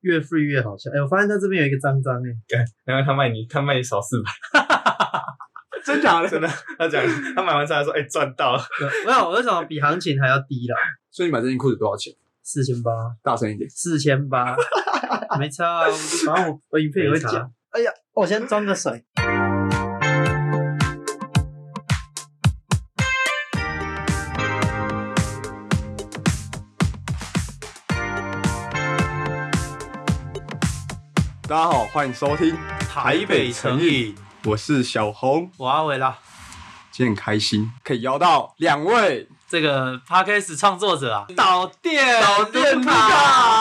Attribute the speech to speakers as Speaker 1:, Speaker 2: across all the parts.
Speaker 1: 越 free 越好笑。哎、我发现他这边有一个脏脏哎，
Speaker 2: 然后他卖你，他卖你少四百，
Speaker 3: 真假
Speaker 2: 真的？他讲他买完菜他说，哎、赚到了，
Speaker 1: 对没有，我就想比行情还要低啦，
Speaker 3: 所以你买这件裤子多少钱？
Speaker 1: 四千八，
Speaker 3: 大声一点。
Speaker 1: 四千八，没差啊，我反正我我影片也会
Speaker 2: 没
Speaker 1: 讲
Speaker 2: 差。
Speaker 1: 哎呀，我先装个水。
Speaker 3: 大家好，欢迎收听台北城
Speaker 1: 瘾，
Speaker 3: 我是小红，
Speaker 1: 我阿伟啦，
Speaker 3: 今天很开心可以邀到两位
Speaker 1: 这个 podcast 创作者啊，导电导
Speaker 3: 电卡。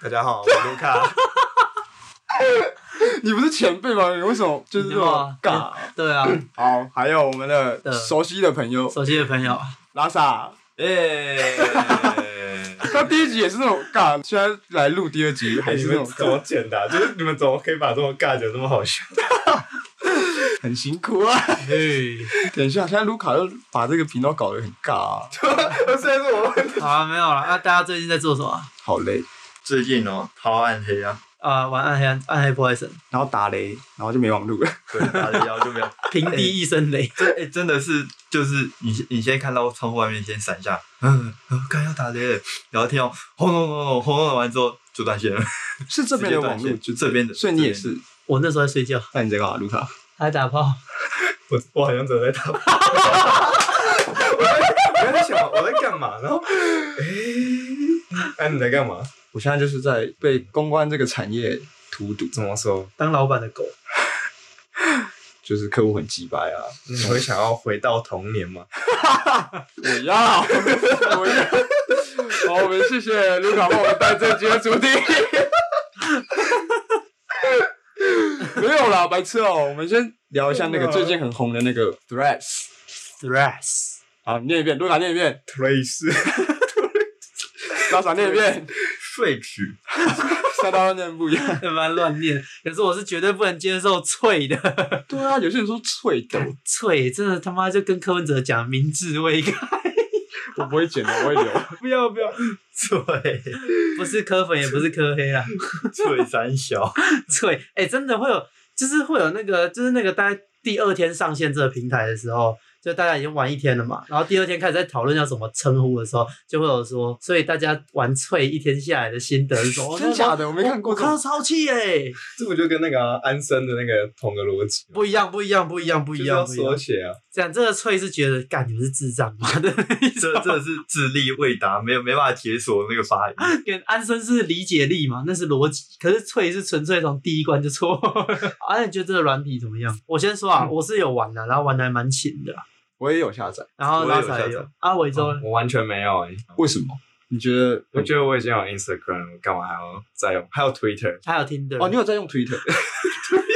Speaker 2: 大家好，我是卢卡，
Speaker 3: 你不是前辈吗？你为什么就是这么尬？
Speaker 1: 对啊，
Speaker 3: 好，还有我们的
Speaker 1: 的
Speaker 3: 熟悉的朋友
Speaker 1: 熟悉的朋友，啊
Speaker 3: 拉萨，
Speaker 2: 耶、
Speaker 3: 他第一集也是那种尬，现在来录第二 集还
Speaker 2: 哎你
Speaker 3: 是那
Speaker 2: 们
Speaker 3: 种
Speaker 2: 怎
Speaker 3: 尬，
Speaker 2: 么剪的啊、就是你们怎么可以把这么尬讲这么好笑？
Speaker 3: 很辛苦啊。
Speaker 1: 嘿，
Speaker 3: 等一下，现在卢卡又把这个频道搞得很尬、啊，
Speaker 2: 虽然是我们
Speaker 1: 好啊，没有了。那大家最近在做什么啊？
Speaker 3: 好累。
Speaker 2: 最近哦，超暗黑啊，
Speaker 1: 啊，玩暗黑暗黑破坏神，
Speaker 3: 然后打雷，然后就没网 路了。
Speaker 2: 对，打着腰就没有。
Speaker 1: 平地一声雷。
Speaker 2: 这哎、真的是就是你先你先看到窗户外面先闪一下，嗯，嗯刚要打雷了，然后听到轰隆隆隆轰隆隆完之后就断线了，
Speaker 3: 是这边的网
Speaker 2: 直接
Speaker 3: 路，
Speaker 2: 断线
Speaker 3: 就
Speaker 2: 这边的
Speaker 3: 所以你也是。
Speaker 1: 我那时候在睡觉，
Speaker 3: 那你在干嘛，卢卡？
Speaker 1: 还打炮。
Speaker 2: 我我好像只有在打，我 在我在想我在干嘛，然后哎，哎、你在干嘛？
Speaker 3: 我现在就是在被公关这个产业荼毒，
Speaker 2: 怎么说？
Speaker 1: 当老板的狗，
Speaker 3: 就是客户很鸡掰啊。
Speaker 2: 你会想要回到童年吗？
Speaker 3: 我要，我要。好，我们谢谢卢卡帮我们带这集的主题。没有啦，白痴哦、我们先聊一下那个最近很红的那个 Threads。
Speaker 1: stress
Speaker 3: 好，啊念一遍，卢卡念一遍，
Speaker 2: 推是
Speaker 3: 拉萨念一遍，
Speaker 2: 睡曲，
Speaker 3: 三刀念不一样。
Speaker 1: 蛮乱念，可是我是绝对不能接受脆的，
Speaker 3: 对啊，有些人说脆抖，
Speaker 1: 脆真的他妈就跟柯文哲讲明智未开，
Speaker 3: 我不会剪的，我会留。
Speaker 2: 不要不要，脆
Speaker 1: 不是柯粉也不是柯黑 啦，
Speaker 2: 脆三小，
Speaker 1: 脆哎、真的会有，就是会有那个，就是那个大家第二天上线这个平台的时候。就大家已经玩一天了嘛，然后第二天开始在讨论要怎么称呼的时候，就会有说，所以大家玩脆一天下来的心得是什么？
Speaker 3: 真假的我没看过
Speaker 1: 我看到超气哎、
Speaker 2: 这不就跟那个啊、安生的那个同个逻辑吗？
Speaker 1: 不一样，不一样，不一样，不
Speaker 2: 不
Speaker 1: 一样，不一
Speaker 2: 缩
Speaker 1: 样。
Speaker 2: 写啊。
Speaker 1: 这样，这个脆是觉得，干你们是智障吗？ 的那种
Speaker 4: 这这是智力未达，没有没办法解锁那个发音。
Speaker 1: 跟安生是理解力嘛，那是逻辑。可是脆是纯粹从第一关就错。 啊，那你觉得这个软体怎么样？我先说啊，我是有玩的、然后玩的还蛮勤的啊、
Speaker 3: 我也有下载，
Speaker 1: 然后
Speaker 4: 我也
Speaker 1: 拉
Speaker 4: 有
Speaker 1: 萨也
Speaker 4: 下
Speaker 1: 有
Speaker 4: 载，
Speaker 1: 阿伟
Speaker 2: 哦
Speaker 1: 州呢
Speaker 4: 我完全没有
Speaker 2: 欸
Speaker 4: 哎、
Speaker 3: 为什么？你觉得？
Speaker 4: 我觉得我已经有 Instagram，我干嘛还要再用？还有 Twitter，
Speaker 1: 还有听的
Speaker 3: 哦，你有在用 Twitter？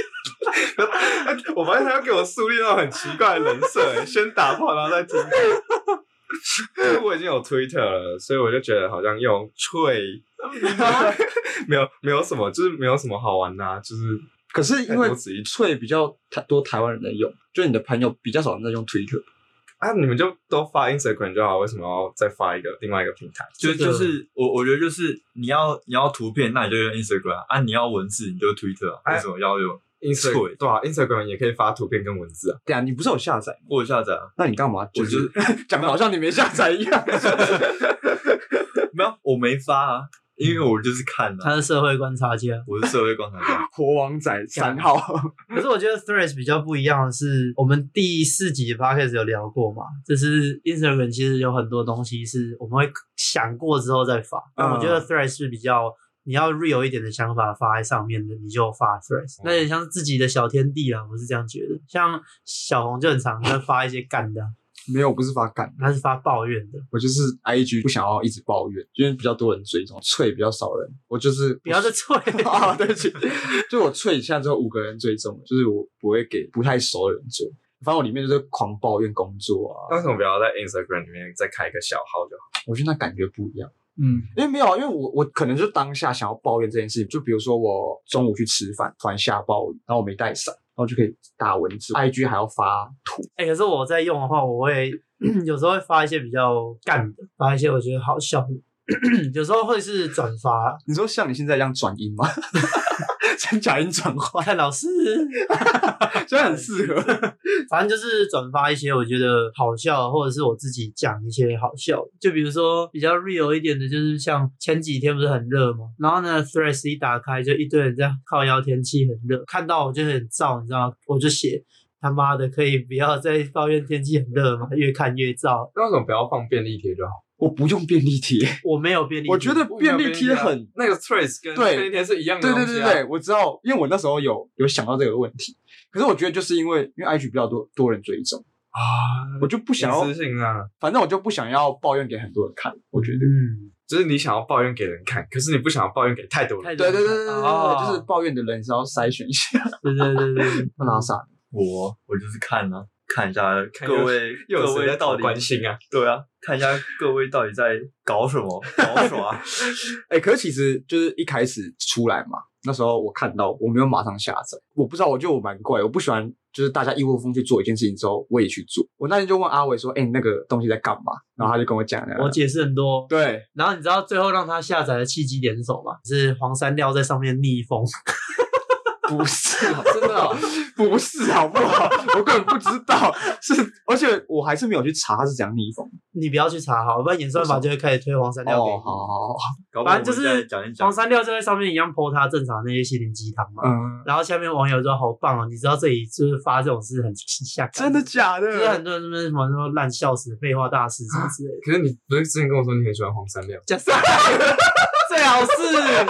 Speaker 2: 我发现他要给我树立那种很奇怪的人设、欸，先打炮然后再听。
Speaker 4: 因 为我已经有 Twitter 了，所以我就觉得好像用脆， 没有没有什么，就是没有什么好玩的、啊，就是
Speaker 3: 可是因为
Speaker 4: 太多子一
Speaker 3: 脆比较台多台湾人在用，就你的朋友比较少人在用 Twitter。
Speaker 4: 啊，你们就都发 Instagram 就好，为什么要再发一个另外一个平台？
Speaker 1: 就这个就是
Speaker 4: 我我觉得就是你要你要图片，那你就用 Instagram 啊；你要文字，你就 Twitter 啊。为什么要用
Speaker 2: Instagram-
Speaker 4: 对啊，Instagram 也可以发图片跟文字啊。
Speaker 3: 对啊，你不是有下载吗？
Speaker 4: 我有下载啊，
Speaker 3: 那你干嘛？就
Speaker 4: 我就是
Speaker 3: 讲的好像你没下载 一样。
Speaker 4: 没有，我没发啊，因为我就是看啊，
Speaker 1: 他是社会观察家。
Speaker 4: 我是社会观察 家。
Speaker 3: 国王仔三号，
Speaker 1: 可是我觉得 Threads 比较不一样的是，我们第四集 podcast 有聊过嘛，就是 Instagram 其实有很多东西是我们会想过之后再发，但我觉得 Threads 是比较。你要 real 一点的想法发在上面的，你就发 threads，那也像是自己的小天地啦，我是这样觉得。像小红就很常在发一些干的，啊
Speaker 3: 没有，我不是发干，
Speaker 1: 他是发抱怨的，
Speaker 3: 我就是 IG 不想要一直抱怨，因为比较多人追踪，脆比较少人。我就是
Speaker 1: 不要再脆。
Speaker 3: 啊，对不起，就我退一下之后五个人追踪，就是我不会给不太熟的人追。反正我里面就是狂抱怨工作
Speaker 4: 那
Speaker 3: 啊，
Speaker 4: 为什么不要在 Instagram 里面再开一个小号就好？
Speaker 3: 我觉得那感觉不一样。
Speaker 1: 嗯，
Speaker 3: 因为没有啊，因为我我可能就当下想要抱怨这件事情，就比如说我中午去吃饭，突然下暴雨，然后我没带伞，然后就可以打文字，IG 还要发图，
Speaker 1: 哎、可是 我在用的话，我会 有时候会发一些比较干的，发一些我觉得好笑的，有时候会是转发，
Speaker 3: 你说像你现在一样转音吗？ 真假音转换，
Speaker 1: 看 老师，
Speaker 3: 真的很适合。
Speaker 1: 反正就是转发一些我觉得好笑，或者是我自己讲一些好笑的。就比如说比较 real 一点的，就是像前几天不是很热吗？然后呢，Threads 一打开就一堆人在靠腰，天气很热，看到我就很燥，你知道吗，我就写他妈的可以不要再抱怨天气很热吗？越看越燥，
Speaker 4: 那为什么不要放便利贴就好？
Speaker 3: 我不用便利贴，
Speaker 1: 我没有便利，
Speaker 3: 我觉得便利贴
Speaker 4: 啊
Speaker 3: 很
Speaker 4: 那个 trace 跟
Speaker 3: 对
Speaker 4: 便利贴是一样的
Speaker 3: 对
Speaker 4: 东
Speaker 3: 对
Speaker 4: 西
Speaker 3: 对
Speaker 4: 啊。
Speaker 3: 对，我知道，因为我那时候有有想到这个问题，可是我觉得就是因为因为 IG 比较多多人追踪，
Speaker 4: 啊，
Speaker 3: 我就不想要
Speaker 4: 隐，私性啊，
Speaker 3: 反正我就不想要抱怨给很多人看，我觉得。
Speaker 1: 嗯，
Speaker 4: 就是你想要抱怨给人看，可是你不想要抱怨给太多人。
Speaker 1: 太
Speaker 3: 对对对对对对，
Speaker 4: 哦
Speaker 3: 就是抱怨的人是要筛选一下，
Speaker 1: 对对对 对，
Speaker 3: 不拉萨。
Speaker 2: 我我就是看呢、看一下
Speaker 4: 看
Speaker 2: 各
Speaker 4: 有
Speaker 2: 位
Speaker 4: 又有
Speaker 2: 各
Speaker 4: 谁
Speaker 2: 位
Speaker 4: 在
Speaker 2: 到
Speaker 4: 讨
Speaker 2: 底
Speaker 4: 关心啊？
Speaker 2: 对啊，看一下各位到底在搞什么，搞什 么啊、
Speaker 3: 哎、可是其实就是一开始出来嘛，那时候我看到我没有马上下载，我不知道，我觉得我蛮怪，我不喜欢就是大家一窝蜂去做一件事情之后我也去做。我那天就问阿伟说：“哎、你那个东西在干嘛？”然后他就跟我讲了，
Speaker 1: 我解释很多，
Speaker 3: 对，
Speaker 1: 然后你知道最后让他下载的契机点是什么吗？是黄山料在上面逆风，
Speaker 3: 不是，哦真的、不是，哦好不好？我根本不知道，是，而且我还是没有去查他是怎样逆风。
Speaker 1: 你不要去查好，不然演算法就会开始推黄山
Speaker 3: 哦，
Speaker 1: 料给
Speaker 3: 好
Speaker 1: 你。
Speaker 3: 好好，
Speaker 2: 搞不好
Speaker 1: 反正就
Speaker 2: 我们
Speaker 1: 是
Speaker 2: 再讲一讲
Speaker 1: 黄，山料就在上面一样泼他正常那些心灵鸡汤嘛。
Speaker 3: 嗯，
Speaker 1: 然后下面网友说好棒哦，你知道这里就是发这种事很下岗，
Speaker 3: 真的假
Speaker 1: 就是很多
Speaker 3: 的？
Speaker 1: 人什么什么说烂笑死、废话大师什么之类的。
Speaker 4: 可是你不是之前跟我说你很喜欢黄山料？
Speaker 1: 假设最好是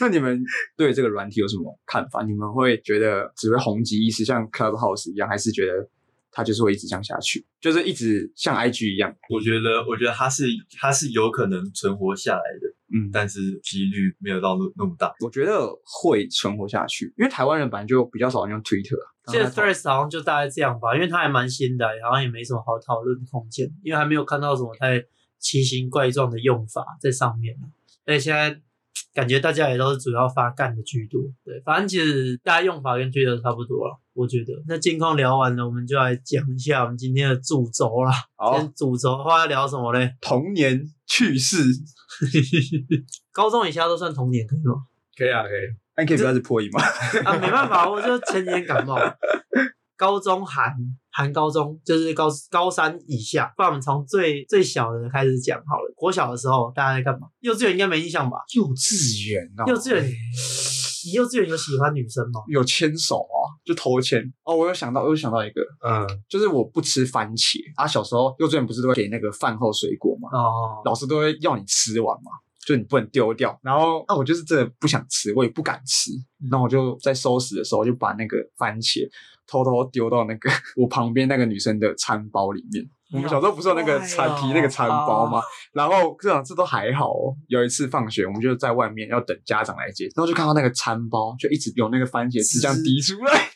Speaker 3: 那你们对这个软体有什么看法？你们会觉得只会红极一时，像 Clubhouse 一样，还是觉得它就是会一直这样下去，就是一直像 IG 一样？
Speaker 2: 我觉得我觉得他是他是有可能存活下来的，
Speaker 3: 嗯，
Speaker 2: 但是几率没有到那那么大。
Speaker 3: 我觉得会存活下去，因为台湾人本来就比较少用 Twitter 啊。
Speaker 1: 现在 Threads 好像就大概这样吧，因为它还蛮新的，好像也没什么好讨论的空间，因为还没有看到什么太奇形怪状的用法在上面。而且现在感觉大家也都是主要发干的居多，对，反正其实大家用法跟推特差不多了，我觉得。那近况聊完了，我们就来讲一下我们今天的主轴啦。今
Speaker 3: 好
Speaker 1: 天，主轴的话要聊什么嘞？
Speaker 3: 童年趣事，
Speaker 1: 高中以下都算童年，可以吗？
Speaker 4: 可以啊，可以。
Speaker 3: 那你可以不要去破译 吗？
Speaker 1: 啊，没办法，我就前几天感冒。高中含含高中就是高高三以下，不然我们从最最小的开始讲好了。国小的时候大家在干嘛？幼稚园应该没印象吧？
Speaker 3: 幼稚园
Speaker 4: 哦
Speaker 3: 啊
Speaker 1: 幼稚园，你幼稚园有喜欢女生吗？
Speaker 3: 有牵手啊，就偷牵。哦，我有想到，我有想到一个，
Speaker 4: 嗯，
Speaker 3: 就是我不吃番茄啊。小时候幼稚园不是都会给那个饭后水果嘛，
Speaker 1: 哦，
Speaker 3: 老师都会要你吃完嘛，就你不能丢掉。然后啊，我就是真的不想吃，我也不敢吃。那我就在收拾的时候，就把那个番茄偷偷丢到那个 我旁边那个女生的餐包里面。我们小时候不是有那个餐
Speaker 1: 好坏哦
Speaker 3: 皮那个餐包吗？然后这两次都还好哦。有一次放学，我们就在外面要等家长来接，然后就看到那个餐包就一直有那个番茄汁这样滴出来。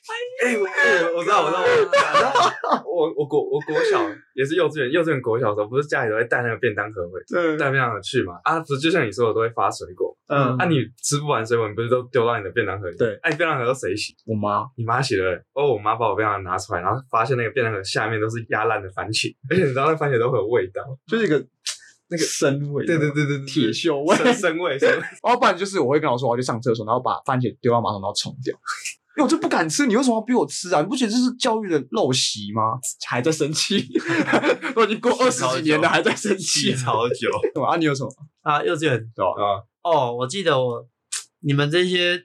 Speaker 4: 哎、我我我知道，我知道，我知道。啊我我国我国小也是幼稚园，幼稚园国小的时候，不是家里都会带那个便当盒回，
Speaker 3: 对
Speaker 4: 带便当盒去嘛？啊，不是，就像你说的，都会发水果。
Speaker 3: 嗯
Speaker 4: 啊，你吃不完水果，你不是都丢到你的便当盒里？
Speaker 3: 对
Speaker 4: 哎、便当盒都谁洗？
Speaker 3: 我妈
Speaker 4: 你妈洗的、哦，我妈把我便当盒拿出来，然后发现那个便当盒下面都是压烂的番茄，而且你知道那番茄都会有味道。
Speaker 3: 就是一个那个生味，哦
Speaker 4: 对对对对对，
Speaker 3: 铁
Speaker 4: 生
Speaker 3: 锈味。
Speaker 4: 生味生味。
Speaker 3: 哦，不然就是我会跟老师我要去上厕所，然后把番茄丢到马桶，然后冲掉。因为我就不敢吃，你为什么要逼我吃啊？你不觉得这是教育的陋习吗？还在生气， 都已经过二十几年了，还在生气
Speaker 2: 气。超久，
Speaker 3: 对 吧啊，你有什么？
Speaker 1: 啊，幼稚园
Speaker 4: 啊，
Speaker 1: 哦，我记得我你们这些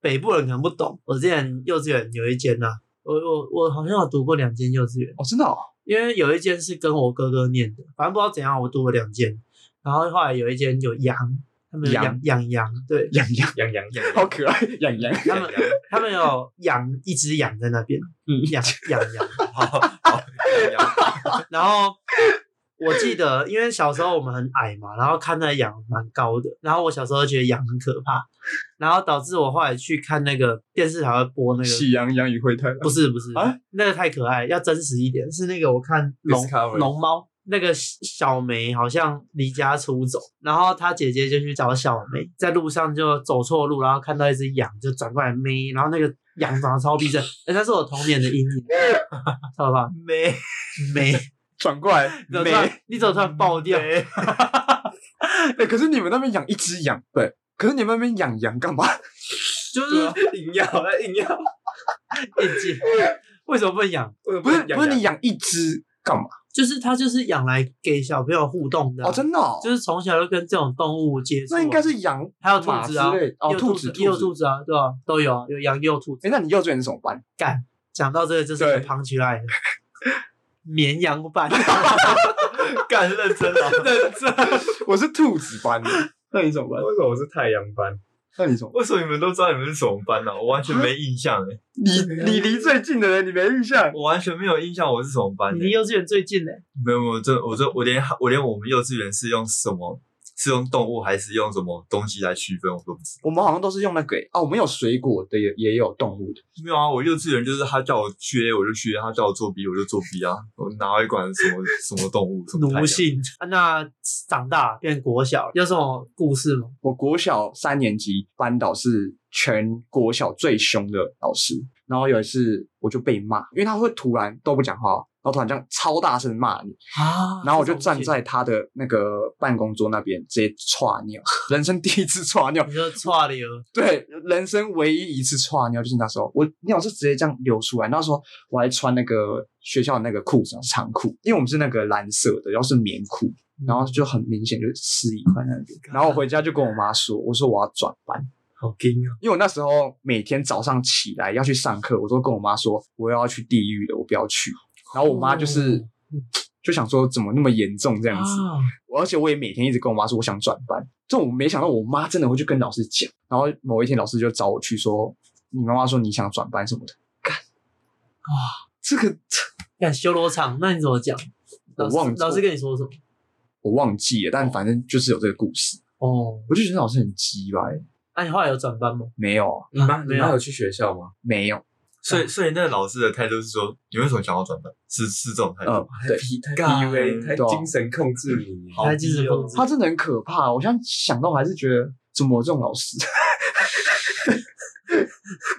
Speaker 1: 北部人可能不懂，我之前幼稚园有一间呐、啊我我我好像有读过两间幼稚园。
Speaker 3: 哦，真的哦，
Speaker 1: 因为有一间是跟我哥哥念的，反正不知道怎样，我读了两间，然后后来有一间有羊，他们有
Speaker 3: 羊
Speaker 1: 养养羊，对
Speaker 3: 痒痒，
Speaker 4: 养养养，
Speaker 3: 好可爱，痒痒。
Speaker 1: 他们他们 有养一只羊在那边，
Speaker 3: 嗯
Speaker 1: 养养羊，
Speaker 2: 好好
Speaker 1: 然后。我记得，因为小时候我们很矮嘛，然后看那羊蛮高的，然后我小时候觉得羊很可怕，然后导致我后来去看那个电视台会播那个，
Speaker 3: 喜羊羊与灰太狼
Speaker 1: 不是不是，
Speaker 3: 啊
Speaker 1: 那个太可爱，要真实一点。是那个我看龙
Speaker 4: Discovery
Speaker 1: 龙猫那个小梅好像离家出走，然后她姐姐就去找小梅，在路上就走错路，然后看到一只羊就转过来咩，然后那个羊长得超逼 真，哎、那是我童年的阴影，超可怕，咩咩，
Speaker 3: 转过来，
Speaker 1: 你走突
Speaker 3: 没
Speaker 1: 然你怎么突然爆掉？
Speaker 3: 哎、可是你们那边养一只羊，对，可是你们那边养羊干嘛？
Speaker 1: 就是
Speaker 4: 对啊硬要，他硬要，
Speaker 1: 硬件，为什么不能养？
Speaker 4: 为什么
Speaker 3: 不是
Speaker 4: 养
Speaker 3: 不是
Speaker 4: 羊
Speaker 3: 你养一只干嘛？
Speaker 1: 就是它就是养来给小朋友互动的啊、
Speaker 3: 哦，真的、哦，
Speaker 1: 就是从小就跟这种动物接触啊。
Speaker 3: 那应该是羊
Speaker 1: 还有兔
Speaker 3: 马
Speaker 1: 子啊
Speaker 3: 之类，
Speaker 1: 也
Speaker 3: 哦，
Speaker 1: 有
Speaker 3: 兔
Speaker 1: 子
Speaker 3: 子
Speaker 1: 也有
Speaker 3: 兔
Speaker 1: 兔
Speaker 3: 子。
Speaker 1: 子啊，对吧、都有啊有羊也有兔子。
Speaker 3: 哎、那你幼稚园是怎么办？
Speaker 1: 讲到这个就是一个
Speaker 3: 对
Speaker 1: 胖起来的绵羊 版，
Speaker 2: 干认真的、
Speaker 3: 哦
Speaker 1: 认真。
Speaker 3: 我是兔子班的， 那你怎么办？
Speaker 4: 为什么我是太阳班？
Speaker 3: 那你怎么办？
Speaker 2: 为什么你们都知道你们是什么班啊呢、我完全
Speaker 1: 啊
Speaker 2: 没印象哎、
Speaker 3: 你你离最近的人，你没印象？
Speaker 2: 我完全没有印象我是什么班、欸。
Speaker 1: 你离幼稚园最近呢、
Speaker 2: 没有没有，这我这我连我连我们幼稚园是用什么，是用动物还是用什么东西来区分，我都不知道。
Speaker 3: 我们好像都是用那个、欸、哦，我们有水果的，也也有动物的。
Speaker 2: 没有啊，我幼稚园就是他叫我去 A 我就去 A，他叫我做 B 我就做 B 啊，我哪会管什么什么动物什么太阳
Speaker 1: 奴性、啊。那长大变国小了，有什么故事吗？
Speaker 3: 我国小三年级班导是全国小最凶的老师，然后有一次我就被骂，因为他会突然都不讲话，哦然后突然这样超大声骂你，
Speaker 1: 啊
Speaker 3: 然后我就站在他的那个办公桌那边直接唰尿， 人生第一次唰尿，
Speaker 1: 你说错了 哟，
Speaker 3: 对，人生唯一一次唰尿就是那时候，我尿是直接这样流出来。那时候我还穿那个学校的那个裤子，长裤，因为我们是那个蓝色的，然后是棉裤，然后就很明显就是湿一块在那边。然后我回家就跟我妈说，我说我要转班，
Speaker 1: 好惊啊！
Speaker 3: 因为我那时候每天早上起来要去上课，我都跟我妈说我要去地狱了，我不要去。然后我妈就是、就想说怎么那么严重这样子，
Speaker 1: 啊，
Speaker 3: 而且我也每天一直跟我妈说我想转班，这我没想到我妈真的会去跟老师讲，然后某一天老师就找我去说，你妈妈说你想转班什么的，干啊，这个
Speaker 1: 看修罗场，那你怎么讲？
Speaker 3: 我
Speaker 1: 老师
Speaker 3: 忘记
Speaker 1: 老师跟你说什么？
Speaker 3: 我忘记了，但反正就是有这个故事，
Speaker 1: 哦，
Speaker 3: 我就觉得老师很鸡掰，
Speaker 1: 那、你后来有转班吗？
Speaker 3: 没有啊，
Speaker 4: 你妈
Speaker 1: 啊
Speaker 4: 你
Speaker 1: 没有
Speaker 4: 妈有去学校吗？
Speaker 3: 没有，
Speaker 2: 所以所以那个老师的态度是说，你为什么想要转班？是是这种态度。
Speaker 3: 嗯，对，
Speaker 4: 太
Speaker 2: 干
Speaker 4: PUA，太
Speaker 3: 对啊
Speaker 4: 精神控制你。
Speaker 2: 好
Speaker 1: 他精神控制
Speaker 3: 他真的很可怕，我现在想到还是觉得怎么有这种老师，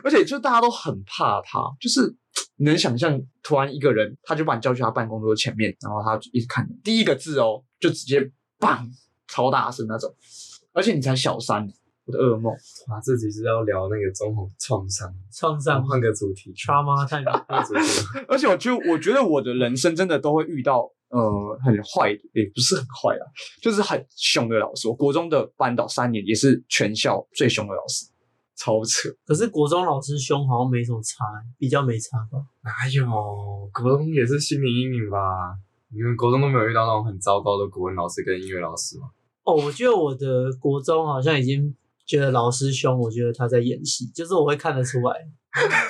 Speaker 3: 而且就大家都很怕他，就是你能想象突然一个人他就把你叫去他办公桌前面，然后他就一直看你，第一个字哦，就直接棒超大声那种，而且你才小三，我的噩梦。
Speaker 4: 哇，这集是要聊那个中红创伤，
Speaker 1: 创
Speaker 4: 咱
Speaker 1: 伤
Speaker 3: 哦
Speaker 4: 们换个主题。
Speaker 1: trauma time
Speaker 4: 换个主题，
Speaker 3: 而且我觉得，我觉得我的人生真的都会遇到，呃，很坏的，也不是很坏啦，就是很凶的老师。我国中的班导三年也是全校最凶的老师，超扯。
Speaker 1: 可是国中老师凶好像没什么差，比较没差吧？
Speaker 4: 哪有？哎国中也是心理阴影吧？你们国中都没有遇到那种很糟糕的国文老师跟音乐老师吗？
Speaker 1: 哦，我觉得我的国中好像已经觉得老师凶，我觉得他在演戏，就是我会看得出来。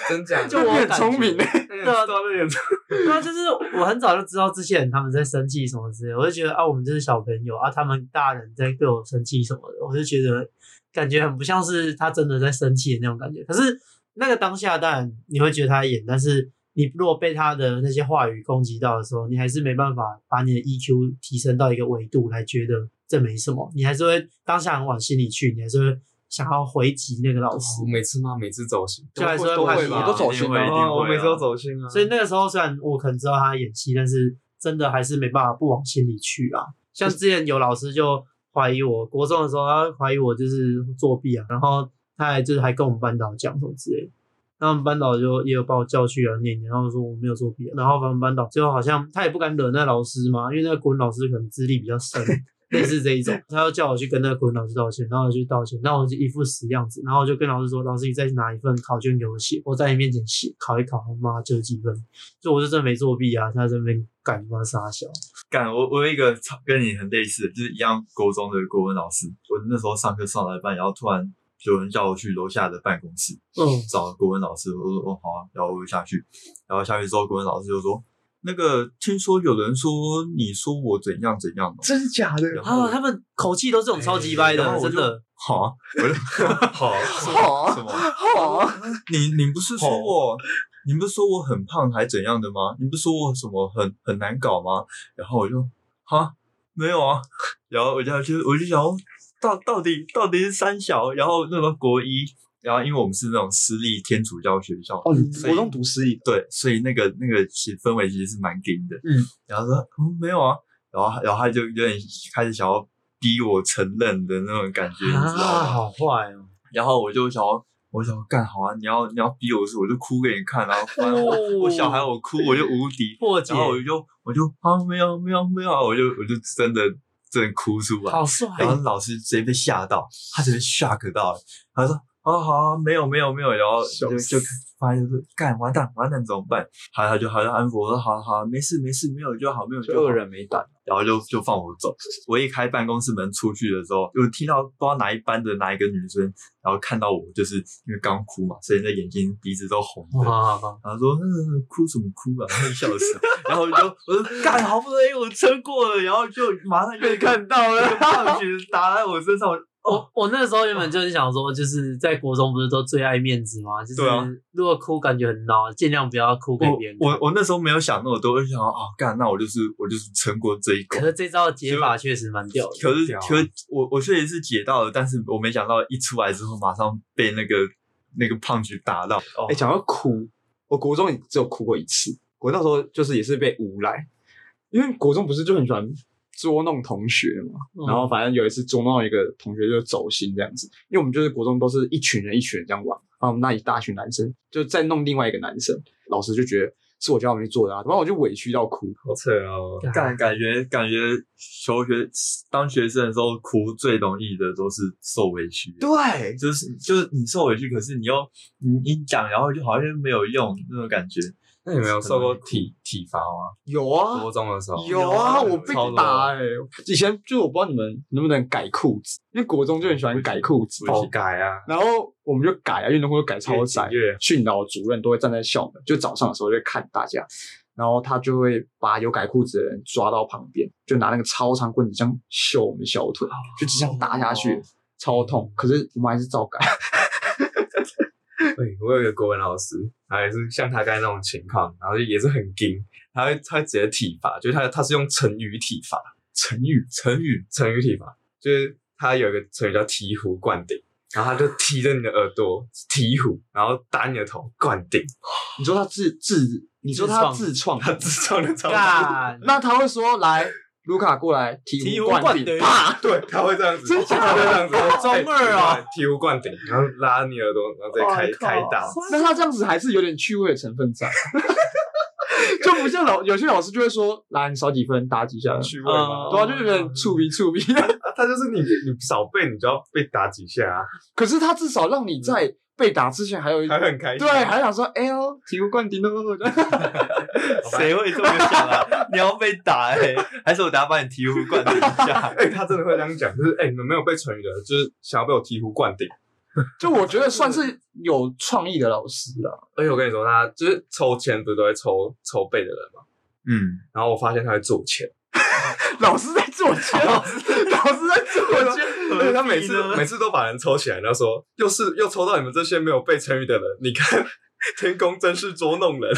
Speaker 4: 真假的？
Speaker 1: 就我
Speaker 3: 你很
Speaker 1: 感
Speaker 3: 聪
Speaker 1: 觉
Speaker 3: 明欸
Speaker 4: 对啊，对啊，
Speaker 1: 对啊，就是我很早就知道之前他们在生气什么之类，我就觉得啊，我们就是小朋友啊，他们大人在对我生气什么的，我就觉得感觉很不像是他真的在生气的那种感觉。可是那个当下，当然你会觉得他在演，但是你如果被他的那些话语攻击到的时候，你还是没办法把你的 EQ 提升到一个维度来觉得这没什么，你还是会当下很往心里去，你还是会想要回击那个老师
Speaker 4: 哦我。每次骂，每次走心，
Speaker 1: 就还是会
Speaker 4: 都
Speaker 1: 叛
Speaker 4: 会
Speaker 1: 逆
Speaker 4: 吧？
Speaker 1: 啊
Speaker 3: 都走
Speaker 2: 一
Speaker 3: 心
Speaker 2: 定会，
Speaker 3: 了
Speaker 2: 一定会、
Speaker 4: 哦我每次都。走心啊。
Speaker 1: 所以那个时候虽然我可能知道他演戏，但是真的还是没办法不往心里去啊。像之前有老师就怀疑我，国中的时候他怀疑我就是作弊啊，然后他还就是还跟我们班导讲什么之类的。然后我们班导就也有把我叫去啊念一念，然后说我没有作弊啊、然后反正班导最后好像他也不敢惹那老师嘛，因为那个国文老师可能资历比较深，类似这一种，他就叫我去跟那个国文老师道歉，然后我去道歉，然后我就一副死样子，然后我就跟老师说，老师你再拿一份考卷给我写，我在你面前写，考一考，妈九十几分，就我是真的没作弊啊，他在那边干妈傻笑，
Speaker 2: 干，我我有一个超跟你很类似的，就是一样国中的国文老师。我那时候上课上到一半，然后突然有人叫我去楼下的办公室，
Speaker 1: 嗯，
Speaker 2: 找国文老师，我说哦好啊，然后我就下去，然后下去之后，国文老师就说，那个听说有人说你说我怎样怎样哦，
Speaker 3: 真的假的？
Speaker 2: 然后
Speaker 1: 啊，他们口气都是这种超级掰的，
Speaker 2: 然后我
Speaker 1: 真
Speaker 2: 就
Speaker 1: 的，
Speaker 2: 好啊，我就好啊
Speaker 3: 好啊
Speaker 2: 什么什么，
Speaker 3: 好啊，
Speaker 2: 你你不是说我，你不是说我很胖还怎样的吗？你不是说我什么很很难搞吗？然后我就哈没有啊，然后我就就我就想哦到到底到底是三小，然后那个国一，然后因为我们是那种私立天主教学校，
Speaker 3: 哦，你
Speaker 1: 所
Speaker 2: 以
Speaker 3: 国中读私立，
Speaker 2: 对，所以那个那个其实氛围其实是蛮紧的。
Speaker 1: 嗯，
Speaker 2: 然后说嗯没有啊，然后然后他就有点开始想要逼我承认的那种感觉，你知
Speaker 1: 啊，
Speaker 2: 道吗？
Speaker 1: 好坏哦，
Speaker 2: 然后我就想要，我想要干好啊，你要你要逼我是，我就哭给你看，然后反正我我小孩我哭我就无敌，
Speaker 1: 哦破解
Speaker 2: 然，后我就我就啊没有没有没有，我就我就真的真的哭出来，
Speaker 1: 好帅
Speaker 2: 然后老师直接被吓到，他直接 shock 到了，他说啊好啊没有没有没有，然
Speaker 1: 哦
Speaker 2: 后
Speaker 3: 笑
Speaker 2: 就
Speaker 3: 死
Speaker 2: 就发现就是干完蛋完蛋怎么办？还他就好像安抚我说好好没事没事没有就好没有就好，
Speaker 3: 人没胆，
Speaker 2: 然后就就放我走。我一开办公室门出去的时候，有听到不知道哪一班的哪一个女生，然后看到我就是因为刚哭嘛，所以那眼睛鼻子都红
Speaker 1: 哦
Speaker 2: 的，
Speaker 1: 哇！
Speaker 2: 然后说、嗯、哭什么哭啊，然后笑死， 然后我就我说干，好不容易我撑过了，然后就马上就
Speaker 3: 被看到了，
Speaker 2: 棒球打在我身上，我
Speaker 1: 我我那时候原本就是想说，就是在国中不是都最爱面子吗？就是
Speaker 2: 对啊
Speaker 1: 如果哭感觉很孬，尽量不要哭给别人看
Speaker 2: 我我那时候没有想那么多，我就想哦干，那我就是我就是撑过这一关
Speaker 1: 可。是这招的解法确实蛮屌的，
Speaker 2: 可是
Speaker 4: 屌啊
Speaker 2: 可是我我确实是解到了，但是我没想到一出来之后马上被那个那个胖菊打到，
Speaker 1: 啊
Speaker 2: 哦
Speaker 3: 哎、，讲到哭，我国中也只有哭过一次。我那时候就是也是被诬赖，因为国中不是就很喜欢捉弄同学嘛。
Speaker 1: 嗯
Speaker 3: 然后反正有一次捉弄一个同学就走心这样子，因为我们就是国中都是一群人一群人这样玩，然后我们那一大群男生就再弄另外一个男生，老师就觉得是我叫他们去做的啊，然后我就委屈到哭。
Speaker 4: 好扯哦。
Speaker 2: 感感觉感觉求学当学生的时候哭最容易的都是受委屈，
Speaker 3: 对，
Speaker 2: 就是就是你受委屈，可是你又你你讲，然后就好像没有用那种 感觉。
Speaker 4: 那你没有受过体体罚吗？
Speaker 3: 有啊
Speaker 4: 高，中的时候
Speaker 3: 有啊，
Speaker 2: 有啊
Speaker 3: 我被
Speaker 2: 超多
Speaker 3: 打哎、以前就我不知道你们能不能改裤子，因为国中就很喜欢改裤子，
Speaker 4: 爆改啊，
Speaker 3: 然后我们就改啊，运动会就改超窄
Speaker 4: 越紧越，
Speaker 3: 训导主任都会站在校门，就早上的时候就会看大家，然后他就会把有改裤子的人抓到旁边，就拿那个超长棍子这样秀我们小腿，就只想打下去，超痛。可是我们还是照改，
Speaker 4: 对，我有一个国文老师，然后也是像他刚才那种情况，然后也是很硬，他会他会直接体罚，就是他他是用成语体罚，成语成语成语体罚，就是他有一个成语叫醍醐灌顶，然后他就踢着你的耳朵醍醐，然后打你的头灌顶，
Speaker 3: 你说他自自，你说他自创，
Speaker 4: 他自创的招式，
Speaker 1: 干
Speaker 3: 那他会说来，卢卡过来，
Speaker 1: 醍
Speaker 3: 醍
Speaker 1: 醐
Speaker 3: 醐灌
Speaker 1: 灌
Speaker 3: 顶，
Speaker 1: 顶
Speaker 3: 啪！
Speaker 4: 对，他会这样子，
Speaker 3: 真假
Speaker 4: 他
Speaker 3: 的
Speaker 4: 会这样子，
Speaker 1: 好中二哦
Speaker 4: 哎，醍醐灌顶，然后拉你耳朵，然后再开开打，
Speaker 3: 那他这样子还是有点趣味的成分在。 就不像老有些老师就会说，来你少几分打几下，
Speaker 4: 趣味吗？
Speaker 1: 嗯
Speaker 3: 对啊，就有点触鼻 触鼻。
Speaker 4: 啊他就是你你少背，你就要被打几下啊，
Speaker 3: 可是他至少让你在被打之嗯前还有一
Speaker 4: 还会很开心，
Speaker 3: 对，还想说，哎呦，醍醐灌顶哦。
Speaker 2: 谁会这么想啊？你要被打哎、还是我等下把你醍醐灌顶一 下？
Speaker 4: 哎、他真的会这样讲，就是哎、你们没有被成语的，就是想要被我醍醐灌顶。
Speaker 3: 就我觉得算是有创意的老师了。
Speaker 4: 而且我跟你说，他就是抽签不是都会抽抽背的人嘛，
Speaker 2: 嗯，
Speaker 4: 然后我发现他会做 签，
Speaker 3: 老师在做 签，老师在做签。
Speaker 4: 而且他每次每次都把人抽起来，然后说又是又抽到你们这些没有被成语的人，你看 天公真是捉弄人，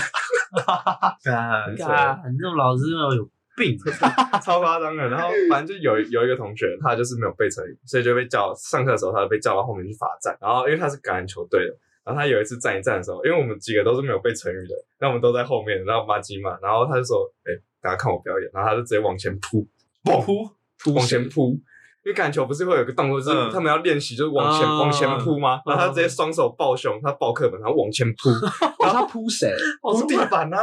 Speaker 2: 干
Speaker 1: 干，你这种老师有病，
Speaker 4: 超夸张的。然后反正就有有一个同学，他就是没有被成语，所以就被叫上课的时候，他就被叫到后面去罚站。然后因为他是橄榄球队的。然后他有一次站一站的时候，因为我们几个都是没有被成语的，那我们都在后面，然后骂鸡嘛，然后他就说：“哎、大家看我表演。”然后他就直接往前扑，
Speaker 2: 噗，
Speaker 4: 往前扑。因为橄榄球不是会有一个动作，就是
Speaker 2: 嗯
Speaker 4: 他们要练习，就是往前、
Speaker 1: 啊
Speaker 4: 往前扑吗？ 然后他直接双手抱胸，他抱课本，然后往前扑，
Speaker 3: 然后他扑谁？
Speaker 4: 扑地板啊，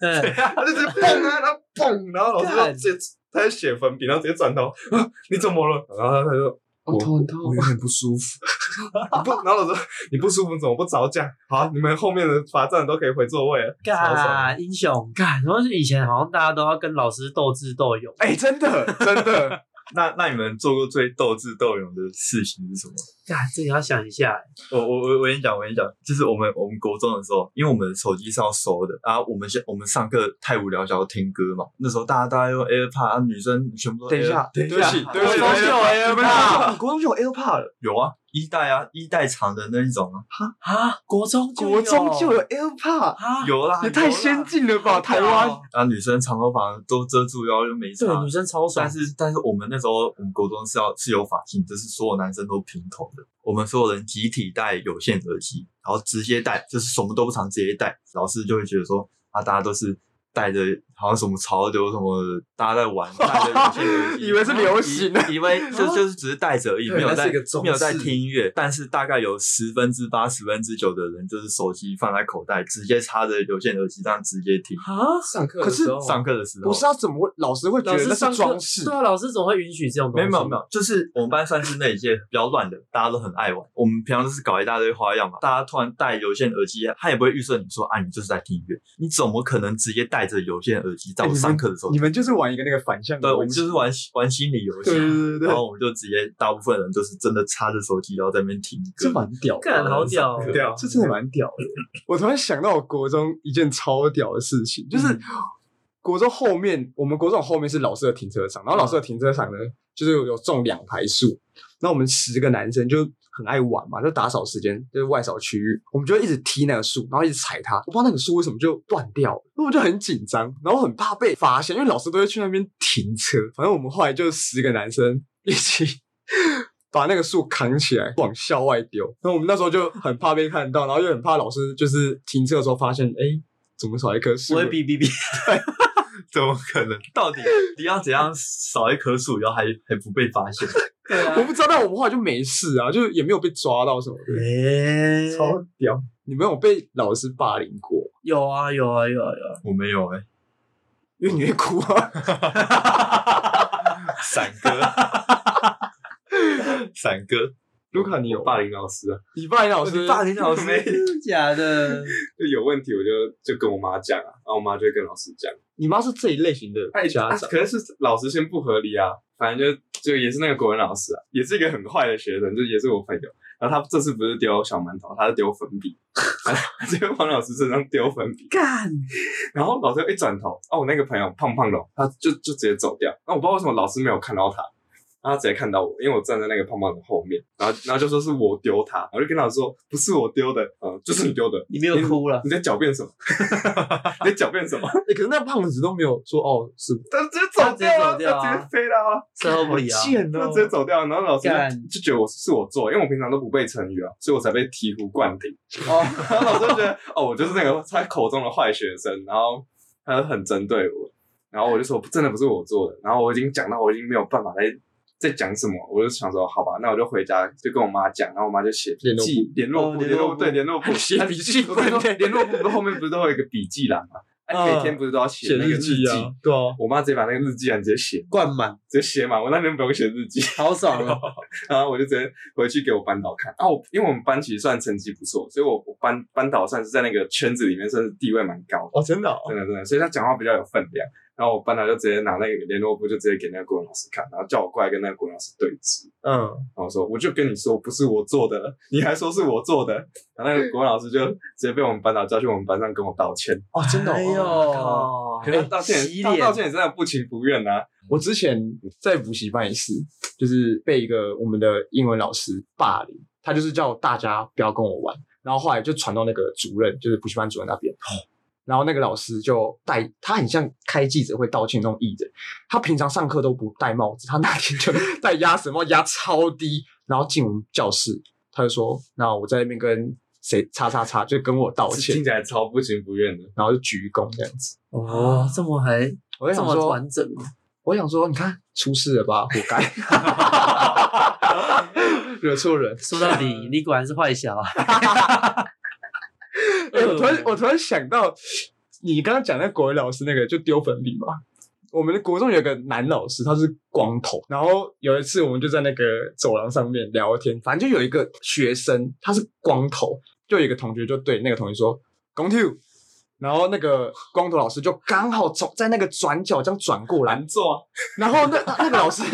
Speaker 1: 对，
Speaker 4: 他就直接蹦啊，然后蹦，然后老师就
Speaker 1: 干
Speaker 4: 直接他在写粉笔，然后直接转头，啊你怎么了？然后他就
Speaker 3: 我哦头很痛。
Speaker 4: 我有点不舒服，你不，然后老师说你不舒服怎么不早讲？好，啊你们后面的罚站都可以回座位了，啊超爽。
Speaker 1: 干英雄干，然后是以前好像大家都要跟老师斗智斗勇，
Speaker 3: 哎，真的，真的，
Speaker 2: 那那你们做过最斗智斗勇的事情是什么？
Speaker 1: 干这个要想一下，
Speaker 2: 我我我我跟你讲，我跟你讲，就是我们我们国中的时候，因为我们手机是要收的啊，我们现我们上课太无聊，想要听歌嘛。那时候大家大家用 AirPod，啊，女生全部都
Speaker 3: 等一
Speaker 2: Air-
Speaker 3: 下，
Speaker 4: 对不
Speaker 3: 一下
Speaker 4: 起，对
Speaker 3: 我
Speaker 4: 不起，
Speaker 3: 中
Speaker 4: 对
Speaker 3: 间
Speaker 4: 不
Speaker 3: 有
Speaker 4: 起
Speaker 3: AirPod，你国中就有 AirPod 了，
Speaker 2: 有啊，一代啊，一代长的那一种啊，
Speaker 1: 啊，国中就
Speaker 3: 国中就有
Speaker 1: 有
Speaker 3: AirPod，
Speaker 1: 啊，
Speaker 2: 有啦，
Speaker 3: 也太先进了吧，台湾。
Speaker 2: 啊，女生长头发都遮住腰就没差。
Speaker 1: 对女生超爽
Speaker 2: 但，是但是我们那时候我们国中是要是有法镜，就是所有男生都平头的，我们所有人集体戴有线耳机，然后直接戴，就是什么都不藏直接戴，老师就会觉得说啊，大家都是戴着好像什么潮流什么，大家在玩，带着有些 游戏
Speaker 3: 以为是流行的
Speaker 2: 以以为 就就是只是带着而已，
Speaker 4: 对
Speaker 2: 没有
Speaker 4: 那
Speaker 2: 在
Speaker 4: 是一个重
Speaker 2: 没有在
Speaker 4: 视
Speaker 2: 听音乐，但是大概有十分之八、十分之九的人就是手机放在口袋，直接插着有线耳机这样直接听。
Speaker 4: 啊，上课的
Speaker 3: 可是
Speaker 4: 时候
Speaker 2: 上课的时候
Speaker 3: 不是啊？怎么会老师会觉
Speaker 1: 老
Speaker 3: 得
Speaker 1: 师
Speaker 3: 那
Speaker 1: 上
Speaker 3: 是
Speaker 1: 课
Speaker 3: 装饰
Speaker 1: 对？啊，老师总会允许这种东
Speaker 2: 没
Speaker 1: 西。
Speaker 2: 有没有没有，就是我们班算是那一届比较乱的，大家都很爱玩。我们平常都是搞一大堆花样嘛，大家突然戴有线耳机，他也不会预设你说啊，你就是在听音乐，你怎么可能直接戴着有线耳机到
Speaker 3: 哎
Speaker 2: 上课的时候？
Speaker 3: 你们就是玩一个那个反向的
Speaker 2: 对，我
Speaker 3: 逻
Speaker 2: 们
Speaker 3: 辑，
Speaker 2: 就是玩玩心理游戏，
Speaker 3: 对
Speaker 2: 啊
Speaker 3: 对对对
Speaker 2: 然后我们就直接大部分人都是真的插着手机，然后在那边听
Speaker 3: 这
Speaker 2: 歌。
Speaker 3: 蛮屌的，
Speaker 1: 干好屌哦，
Speaker 4: 很屌，
Speaker 3: 这真的蛮屌的。我突然想到我国中一件超屌的事情，就是国中后面，我们国中后面是老师的停车场，然后老师的停车场呢，就是有种两排树，那我们十个男生就。很爱玩嘛，就打扫时间，就是外扫区域，我们就一直踢那个树，然后一直踩它。我不知道那个树为什么就断掉了，那我就很紧张，然后很怕被发现，因为老师都会去那边停车。反正我们后来就十个男生一起 把那个树扛起来往校外丢。那我们那时候就很怕被看到，然后又很怕老师就是停车的时候发现，哎、怎么少一棵树
Speaker 1: 不？会哔哔哔。
Speaker 2: 怎么可能？到底你要怎样少一棵树，然后还还不被发现？
Speaker 1: 对啊
Speaker 3: 我，不知道，但我们后来就没事啊，就也没有被抓到什么的，
Speaker 1: 诶、
Speaker 3: 超屌。你们有被老师霸凌过？
Speaker 1: 有啊有啊有啊有 啊，
Speaker 2: 我没有哎、
Speaker 4: 欸
Speaker 3: 因为你会哭啊，
Speaker 2: 闪哥，闪哥，
Speaker 3: 卢卡，你有
Speaker 4: 霸？凌老师啊，
Speaker 3: 你霸凌老师？
Speaker 2: 霸凌老师
Speaker 4: 没
Speaker 1: 真的假的？
Speaker 4: 就有问题我就就跟我妈讲啊，然后我妈就会跟老师讲。
Speaker 3: 你妈是这一类型的
Speaker 4: 哎，
Speaker 3: 家
Speaker 4: 啊
Speaker 3: 长，
Speaker 4: 可能是老师先不合理啊，反正就就也是那个国文老师啊，也是一个很坏的学生，就也是我朋友。然后他这次不是丢小馒头，他是丢粉笔，他 就往老师身上丢粉笔。
Speaker 1: 干，
Speaker 4: 然后老师一转头，哦，我那个朋友胖胖的哦，他就就直接走掉。那我不知道为什么老师没有看到他，然后他直接看到我，因为我站在那个胖胖的后面，然后然后就说是我丢他，我就跟老师说不是我丢的，呃，就是你丢的。
Speaker 1: 你没有哭了？
Speaker 4: 你在狡辩什么？ 你在狡辩什么？
Speaker 3: 哎、可是那胖子都没有说哦，是
Speaker 4: 他直接走掉
Speaker 1: 他直
Speaker 4: 了，
Speaker 1: 接走掉啊
Speaker 4: 他直接飞了啊！
Speaker 1: 事后不理啊？
Speaker 3: 贱
Speaker 4: 他
Speaker 3: 哦
Speaker 4: 直，接走掉，然后老师
Speaker 1: 干
Speaker 4: 就就觉得我是我做，因为我平常都不背成语啊，所以我才被醍醐灌顶。哦，然后老师就觉得哦，我就是那个他口中的坏学生，然后他就很针对我，然后我就说真的不是我做的，然后我已经讲到我已经没有办法再再讲什么，我就想说好吧，那我就回家就跟我妈讲，然后我妈就写笔记、联络
Speaker 1: 哦
Speaker 4: 簿、
Speaker 1: 联
Speaker 4: 联
Speaker 1: 络
Speaker 4: 络
Speaker 1: 簿
Speaker 4: 对联络簿
Speaker 3: 写笔记
Speaker 4: 我跟你说联络簿不是后面不是都会有一个笔记栏嘛？哎，
Speaker 3: 嗯
Speaker 4: 每天不是都要写那个日记？
Speaker 3: 啊，对啊，
Speaker 4: 我妈直接把那个日记栏直接写，
Speaker 3: 灌满，哦
Speaker 4: 直接写满，我那边不用写日记。
Speaker 1: 好爽啊！
Speaker 4: 然后我就直接回去给我班导看。啊，我因为我们班其实算成绩不错，所以我我班班导算是在那个圈子里面算是地位蛮高的，
Speaker 3: 哦，真的、哦，
Speaker 4: 真的真的，所以他讲话比较有分量。然后我班导就直接拿那个联络簿，就直接给那个国文老师看，然后叫我过来跟那个国文老师对峙。
Speaker 3: 嗯，
Speaker 4: 然后我说，我就跟你说不是我做的，你还说是我做的。然后那个国文老师就直接被我们班导叫去我们班上跟我道歉。
Speaker 3: 哦，哎真的、哦，
Speaker 1: 哎呦，
Speaker 2: 哦，
Speaker 4: 可是他道歉
Speaker 1: 哎洗
Speaker 4: 也，他
Speaker 1: 脸
Speaker 4: 道歉也真的不情不愿啊。
Speaker 3: 我之前在补习班也是，就是被一个我们的英文老师霸凌，他就是叫大家不要跟我玩，然后后来就传到那个主任，就是补习班主任那边。然后那个老师就戴，他很像开记者会道歉那种艺人。他平常上课都不戴帽子，他那天就 戴鸭舌帽，压超低，然后进我们教室，他就说：“那我在那边跟谁叉叉叉，就跟我道歉
Speaker 4: 听，起来超不情不愿的。
Speaker 3: 然后就鞠躬这样子。
Speaker 1: 哦，这么还”
Speaker 3: 我就
Speaker 1: 这
Speaker 3: 想
Speaker 1: 么
Speaker 3: 说，
Speaker 1: 完整哦吗？
Speaker 3: 我想说，你看出事了吧，活该，惹错人。
Speaker 1: 说到底，你果然是坏小啊孩。
Speaker 3: 哎、我突然我突然想到，你刚刚讲那国文老师那个就丢粉笔嘛。我们的国中有个男老师，他是光头。然后有一次我们就在那个走廊上面聊天，反正就有一个学生他是光头，就有一个同学就对那个同学说“光头”，然后那个光头老师就刚好走在那个转角这样转过来，
Speaker 4: 难做啊，
Speaker 3: 然后那那那个老师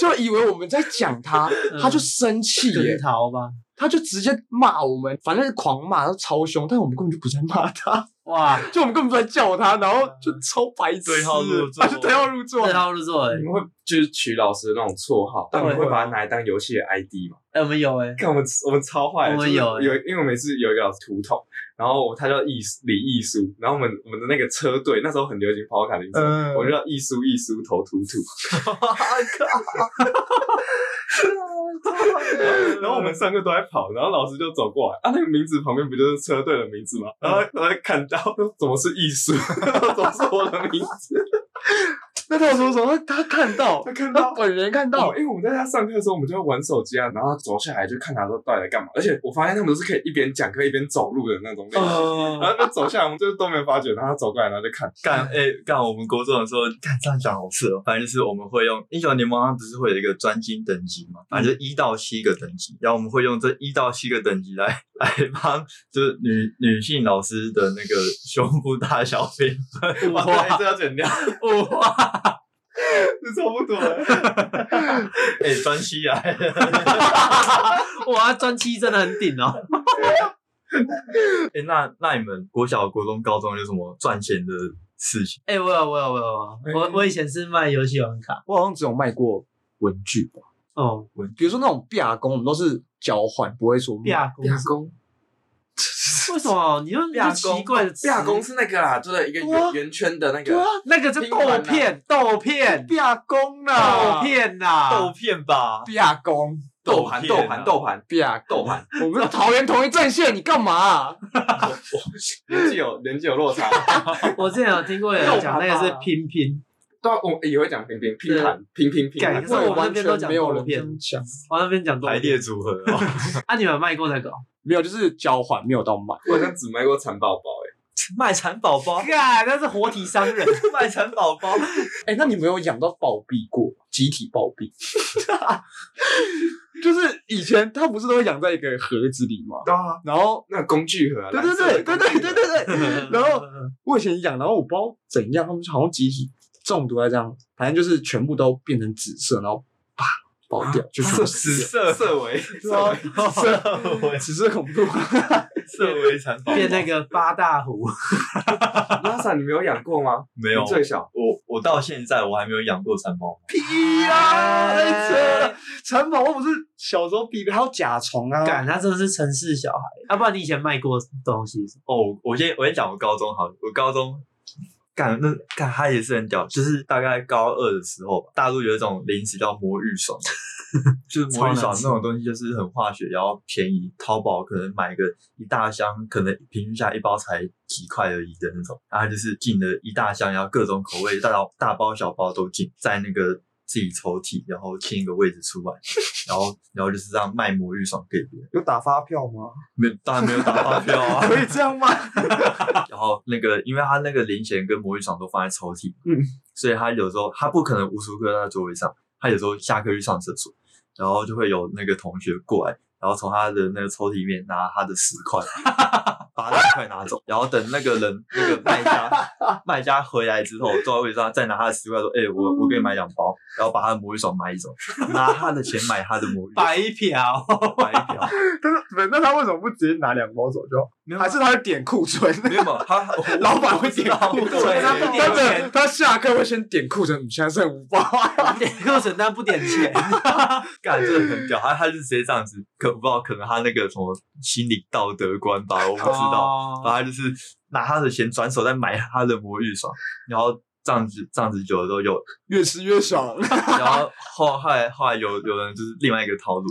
Speaker 3: 就以为我们在讲他，
Speaker 1: 嗯
Speaker 3: 他就生气 耶
Speaker 1: 樱，桃吧，
Speaker 3: 他就直接骂我们，反正是狂骂，他超凶，但我们根本就不在骂他，
Speaker 1: 哇，
Speaker 3: 就我们根本不在叫他，然后
Speaker 1: 嗯
Speaker 3: 就超白痴，
Speaker 2: 对号入座
Speaker 3: 啊就对号入座
Speaker 1: 对，号入座哎
Speaker 4: 你，们会就是取老师的那种绰号，但我们
Speaker 1: 会
Speaker 4: 会把它拿来当游戏的 ID 嘛？
Speaker 1: 哎，我们有哎，
Speaker 4: 看我们我们超坏的，
Speaker 1: 我们
Speaker 4: 就是
Speaker 1: 有欸
Speaker 4: 有，因为我们是有一个老师图统，然后他叫易李易书，然后我们我们的那个车队那时候很流行跑卡丁车，
Speaker 3: 嗯
Speaker 4: 我们就叫易书易书头图图，然后我们三个都在跑，然后老师就走过来，啊，那个名字旁边不就是车队的名字吗？然后然后看到怎么是艺术， 怎么是我的名字？
Speaker 3: 那他有说什么？他看
Speaker 1: 哦
Speaker 3: 到，
Speaker 4: 他看
Speaker 3: 他
Speaker 4: 到。
Speaker 3: 本人看到
Speaker 4: 因，为我们在家上课的时候，我们就会玩手机啊，然后他走下来就看他说到底在干嘛。而且我发现他们都是可以一边讲课一边走路的那
Speaker 3: 哦
Speaker 4: 种类型，
Speaker 1: 哦
Speaker 4: 然
Speaker 2: 啊，
Speaker 4: 后就走下来，我们就都没有发觉，然后他走过来，然后就看，
Speaker 2: 干哎干！我们国中的时候，干这样讲好色哦。反正就是我们会用英雄联盟，它不是会有一个专精等级嘛？反正就一到七个等级，然后我们会用这一到七个等级来 来帮就是女女性老师的那个胸部大小评分。
Speaker 4: 哇，
Speaker 2: 哇，
Speaker 4: 这要剪掉，
Speaker 1: 哇，
Speaker 4: 这差不多了。
Speaker 2: 哎，专七啊！
Speaker 1: 哇，专七真的很顶哦。
Speaker 2: 哎、那那你们国小、国中、高中有什么赚钱的事情？
Speaker 1: 哎、我有，我有，我有，我我以前是卖游戏王卡，
Speaker 3: 我好像只有卖过文具吧，
Speaker 1: 哦，
Speaker 3: 比如说那种壁工，我们都是交换，不会说
Speaker 1: 壁
Speaker 3: 卖
Speaker 1: 工是，
Speaker 4: 工，
Speaker 1: 为什么你用
Speaker 4: 亚
Speaker 1: 这奇怪的词？
Speaker 4: 亚公是那个啦，就是一个
Speaker 3: 对啊
Speaker 4: 圆圆圈的那
Speaker 3: 对
Speaker 4: 个
Speaker 3: 啊，，
Speaker 1: 那个叫豆片，豆片，
Speaker 3: 壁工
Speaker 1: 豆
Speaker 3: 啦，
Speaker 1: 片呐，
Speaker 2: 豆片吧，
Speaker 3: 壁工，
Speaker 4: 豆盘豆
Speaker 2: 豆片啊
Speaker 4: 盘豆盘
Speaker 3: 壁
Speaker 4: 豆盘，
Speaker 3: 我们是桃园同一阵线，你干嘛啊？
Speaker 4: 年纪有年纪有 落差。
Speaker 1: 我之前有听过有人讲那个是拼拼，
Speaker 4: 对啊，我也会讲拼拼拼
Speaker 1: 对
Speaker 4: 盘拼拼拼
Speaker 1: 干
Speaker 4: 盘
Speaker 1: 可 是，我
Speaker 3: 完
Speaker 1: 们那边都
Speaker 3: 全
Speaker 1: 讲
Speaker 3: 没有
Speaker 1: 豆
Speaker 3: 人
Speaker 1: 片
Speaker 3: 这样讲，
Speaker 1: 我那边讲豆
Speaker 2: 排
Speaker 1: 片
Speaker 2: 列组合、哦。
Speaker 1: 啊，你们有卖过那个哦？
Speaker 3: 没有，就是交换，没有到买。
Speaker 4: 我好像只卖过蚕宝宝欸
Speaker 2: 卖惨宝宝，
Speaker 1: 干，那是活体商人，
Speaker 2: 卖惨宝宝，
Speaker 3: 哎、那你们有养到暴毙过吗？集体暴毙？ 就是以前他不是都会养在一个盒子里吗？
Speaker 4: 哎，啊，
Speaker 3: 然后，
Speaker 4: 那工具盒啊，
Speaker 3: 对对对对对 对
Speaker 4: 对，
Speaker 3: 对 对，然后我以前养，然后我不知道怎样，他们好像集体中毒还是这样，反正就是全部都变成紫色，然后啪爆掉，就全部
Speaker 2: 紫
Speaker 3: 死
Speaker 2: 色色
Speaker 4: 色尾
Speaker 3: 啊
Speaker 4: 色尾，
Speaker 2: 为
Speaker 3: 紫色恐怖。
Speaker 2: 色为惨宝宝，
Speaker 1: 变那个八大湖，
Speaker 4: 拉萨你没有养过吗？
Speaker 2: 没有
Speaker 4: 你。最小
Speaker 2: 我我到现在我还没有养过蚕宝宝，
Speaker 3: 屁呀、太扯了！蚕宝宝不是小时候比的，还有甲虫啊，
Speaker 1: 干，他真的是城市小孩。要不然你以前卖过东西是吗？
Speaker 2: 哦，我先我先讲我高中好了，我高中干那干他也是很屌，就是大概高二的时候吧，大陆有一种零食叫魔芋爽， 就是魔芋
Speaker 1: 超难
Speaker 2: 爽
Speaker 1: 吃
Speaker 2: 那种东西就是很化学，然后便宜，淘宝可能买个一大箱，可能平均下一包才几块而已的那种，然后就是进了一大箱，然后各种口味，大到大包小包都进，在那个。自己抽屉，然后清一个位置出来， 然后，然后就是这样卖魔芋爽给别人，
Speaker 3: 有打发票吗？
Speaker 2: 没有当然没有打发票 啊，
Speaker 3: 可以这样吗？
Speaker 2: 然后那个，因为他那个零钱跟魔芋爽都放在抽屉，
Speaker 3: 嗯，
Speaker 2: 所以他有时候他不可能无时无刻都在座位上，他有时候下课去上厕所，然后就会有那个同学过来，然后从他的那个抽屉里面拿他的十 块，把他十块拿走，然后等那个人那个卖 家卖家回来之后，坐在位置上再拿他的十块说：“哎、我我给你买两包。”然后把他的魔芋爽 买走，拿他的钱买他的魔芋爽，
Speaker 1: 白嫖，
Speaker 2: 白嫖，
Speaker 3: 但是，那他为什么不直接拿两包走就好？
Speaker 2: 没有
Speaker 3: 还是他会点库存？
Speaker 2: 没有没有他我
Speaker 3: 老板会点
Speaker 2: 我
Speaker 3: 库
Speaker 2: 不知道
Speaker 3: 存，
Speaker 1: 对
Speaker 3: 他
Speaker 1: 不
Speaker 3: 他
Speaker 1: 点
Speaker 3: 的
Speaker 1: 钱
Speaker 3: 他下课会先点库存，嗯现在 剩五包。
Speaker 1: 点课程但不点钱，
Speaker 2: 干，真的很屌，他他就直接这样子，可不知道，可能他那个什么心理道德观吧，我不知道，
Speaker 1: 道
Speaker 2: 然后他就是拿他的钱转手再买他的魔芋爽，然后这样子这样子久了都有，
Speaker 3: 越吃越爽，
Speaker 2: 然后后后来后来有有人就是另外一个套路，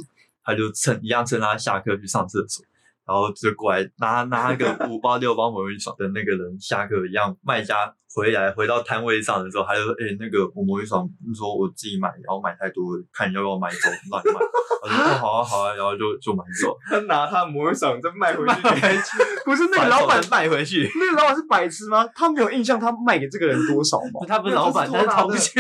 Speaker 2: 他就趁一样趁他下课去上厕所。然后就过来拿拿那个五包六包魔芋爽的哎那个人下课一样，卖家回来回到摊位上的时候，他就说：“哎、那个我魔芋爽，你说我自己买，然后买太多了，看你要不要买走，乱买。”我说：“哦，好啊，好啊。”然后就就买走，
Speaker 4: 他拿他的魔芋爽再卖回去给
Speaker 3: 不是那个老板，
Speaker 2: 卖回去，
Speaker 3: 那个老板是白痴吗？他没有印象他卖给这个人多少吗？
Speaker 1: 他不是老板，他是同学。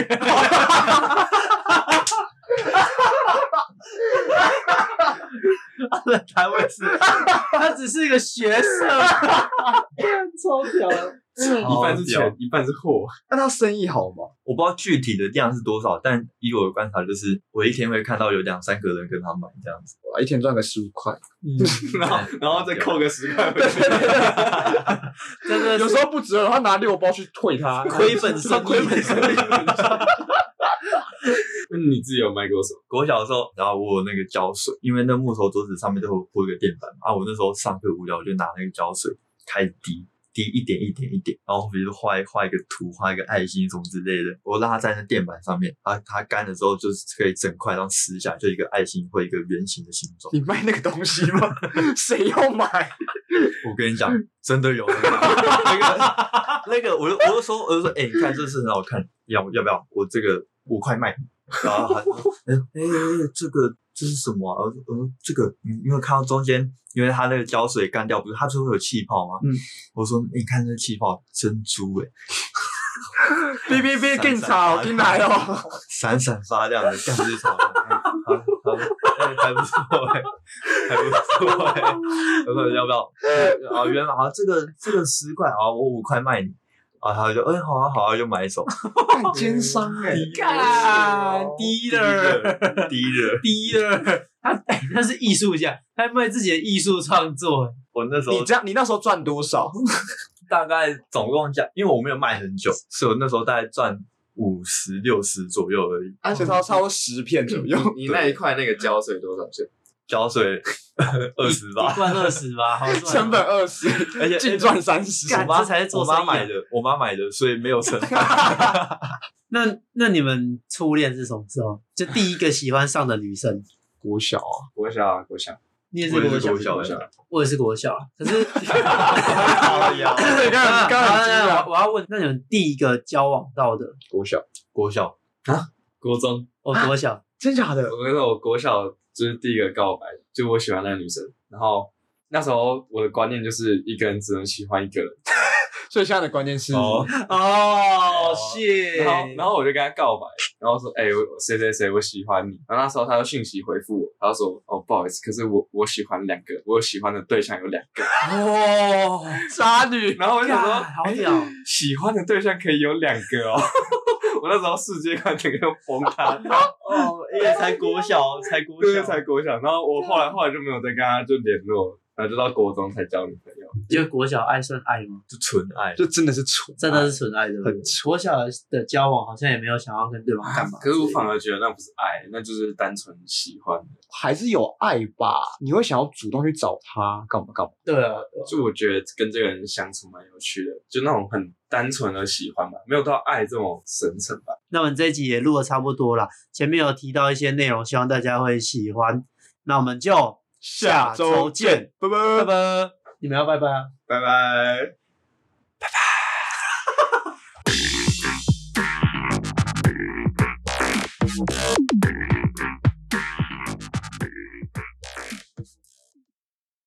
Speaker 2: 他会是
Speaker 1: 他只是一个学生，超屌的。
Speaker 4: 一半是钱，一半是货。
Speaker 3: 那他生意好吗？
Speaker 2: 我不知道具体的量是多少，但以我的观察，就是我一天会看到有两三个人跟他买这样 子，
Speaker 3: 哇一天赚个十五块，
Speaker 4: 嗯 然后然后再扣个十块回去，
Speaker 1: 真的
Speaker 3: 有
Speaker 1: 是
Speaker 3: 时候不止了，他拿六包去退他，
Speaker 1: 亏本生意，
Speaker 3: 亏本生意。
Speaker 4: 那你自己有卖过什么？
Speaker 2: 国小的时候，然后我有那个胶水，因为那木头桌子上面都有铺一个垫板嘛啊，我那时候上课无聊，我就拿那个胶水开滴，滴一点一点一点，然后比如画一画一个图，画一个爱心什么之类的，我让它在那垫板上面，它它干的时候就是可以整块这样撕下来，就一个爱心或一个圆形的形状。
Speaker 3: 你卖那个东西吗？ 谁要买？
Speaker 2: 我跟你讲，真的有 那个那个那个，我就我就说我就说，哎、你看这是很好看，要要不要？我这个五块卖你。然后还说，哎哎哎，这个这是什么、啊？我说我说这个你你有看到中间，因为它那个胶水干掉，不是它最后有气泡吗？
Speaker 3: 嗯，
Speaker 2: 我说、哎你看这气泡珍珠哎、
Speaker 3: 哔哔哔，警察进来哦！
Speaker 2: 闪闪发亮的，干日常。好，好，哎，还不错哎、还不错哎、我说要不要？呃啊，原来啊，这个这个十块啊，我五块卖你。啊，他就哎、好啊好啊，就买一 手。
Speaker 3: 干奸商
Speaker 1: 嗯
Speaker 3: 哎、
Speaker 1: 干
Speaker 2: 低的，低的。
Speaker 1: 低了，他、哎他是艺术家，他卖自己的艺术创作、哎
Speaker 2: 我那时候
Speaker 3: 你这样，你那时候赚多少？
Speaker 2: 大概总共加，因为我没有卖很久，所以我那时候大概赚五十六十左右而已。
Speaker 3: 而且啊超超十片左右，
Speaker 4: 你那一块那个胶水多少钱？
Speaker 2: 胶 水二十
Speaker 1: 一
Speaker 2: 吧，
Speaker 1: 罐二十吧，好赚哦
Speaker 3: 成本二十，
Speaker 2: 而且
Speaker 3: 净赚三十。
Speaker 1: 干
Speaker 2: 我妈
Speaker 1: 这才是做
Speaker 2: 我
Speaker 1: 生意啊
Speaker 2: 妈买的，我妈买的，所以没有成本。
Speaker 1: 那那你们初恋是什么时候？就第一个喜欢上的女生，
Speaker 3: 国小啊，
Speaker 4: 国小啊，国小，
Speaker 1: 你也是
Speaker 2: 我也
Speaker 1: 国
Speaker 2: 是
Speaker 1: 小
Speaker 2: 国，小的，
Speaker 1: 我也是国小，可是
Speaker 2: 哎呀
Speaker 3: 刚 刚刚
Speaker 1: 好那
Speaker 3: 刚很惊讶
Speaker 1: 那我我要问，那你们第一个交往到的，
Speaker 4: 国小，
Speaker 2: 国小
Speaker 4: 国中。
Speaker 1: 我国小，
Speaker 3: 真假的？
Speaker 4: 我跟你说，我国小就是第一个告白，就我喜欢那个女生，然后那时候我的观念就是一个人只能喜欢一个人，
Speaker 3: 所以现在的关键是，
Speaker 2: 哦，
Speaker 1: 哦，谢
Speaker 4: 然后然后我就跟她告白，然后说，哎、我谁谁谁，我喜欢你。然后那时候她就讯息回复我，她就说，哦，不好意思，可是我我喜欢两个，我喜欢的对象有两个。
Speaker 3: 哦， 渣女，
Speaker 4: 然后我就想说，
Speaker 1: 干好
Speaker 4: 哎
Speaker 1: 屌
Speaker 4: 喜欢的对象可以有两个哦。 我那时候世界观整个都崩塌，
Speaker 1: 哦，
Speaker 2: 因为才国小，才国
Speaker 4: 对，
Speaker 2: 小，
Speaker 4: 才国小。然后我后来
Speaker 1: 啊
Speaker 4: 后来就没有再跟她就联络，然后就到国中才交女朋友。
Speaker 1: 就国小爱算爱吗？
Speaker 2: 就纯 爱。
Speaker 3: 就真的是蠢，啊
Speaker 1: 真的是纯爱，对不对
Speaker 3: 很？
Speaker 1: 国小的交往好像也没有想要跟对方干嘛，
Speaker 4: 啊可是我反而觉得那不是爱，那就是单纯喜欢。
Speaker 3: 还是有爱吧？你会想要主动去找他干嘛干嘛？
Speaker 1: 对啊，对啊
Speaker 4: 就我觉得跟这个人相处蛮有趣的，就那种很单纯的喜欢吧，没有到爱这种深层吧。
Speaker 1: 那我们这一集也录的差不多了，前面有提到一些内容，希望大家会喜欢。那我们就，下周见，
Speaker 3: 拜拜
Speaker 1: 拜。拜，你们要拜拜啊。
Speaker 4: 拜拜。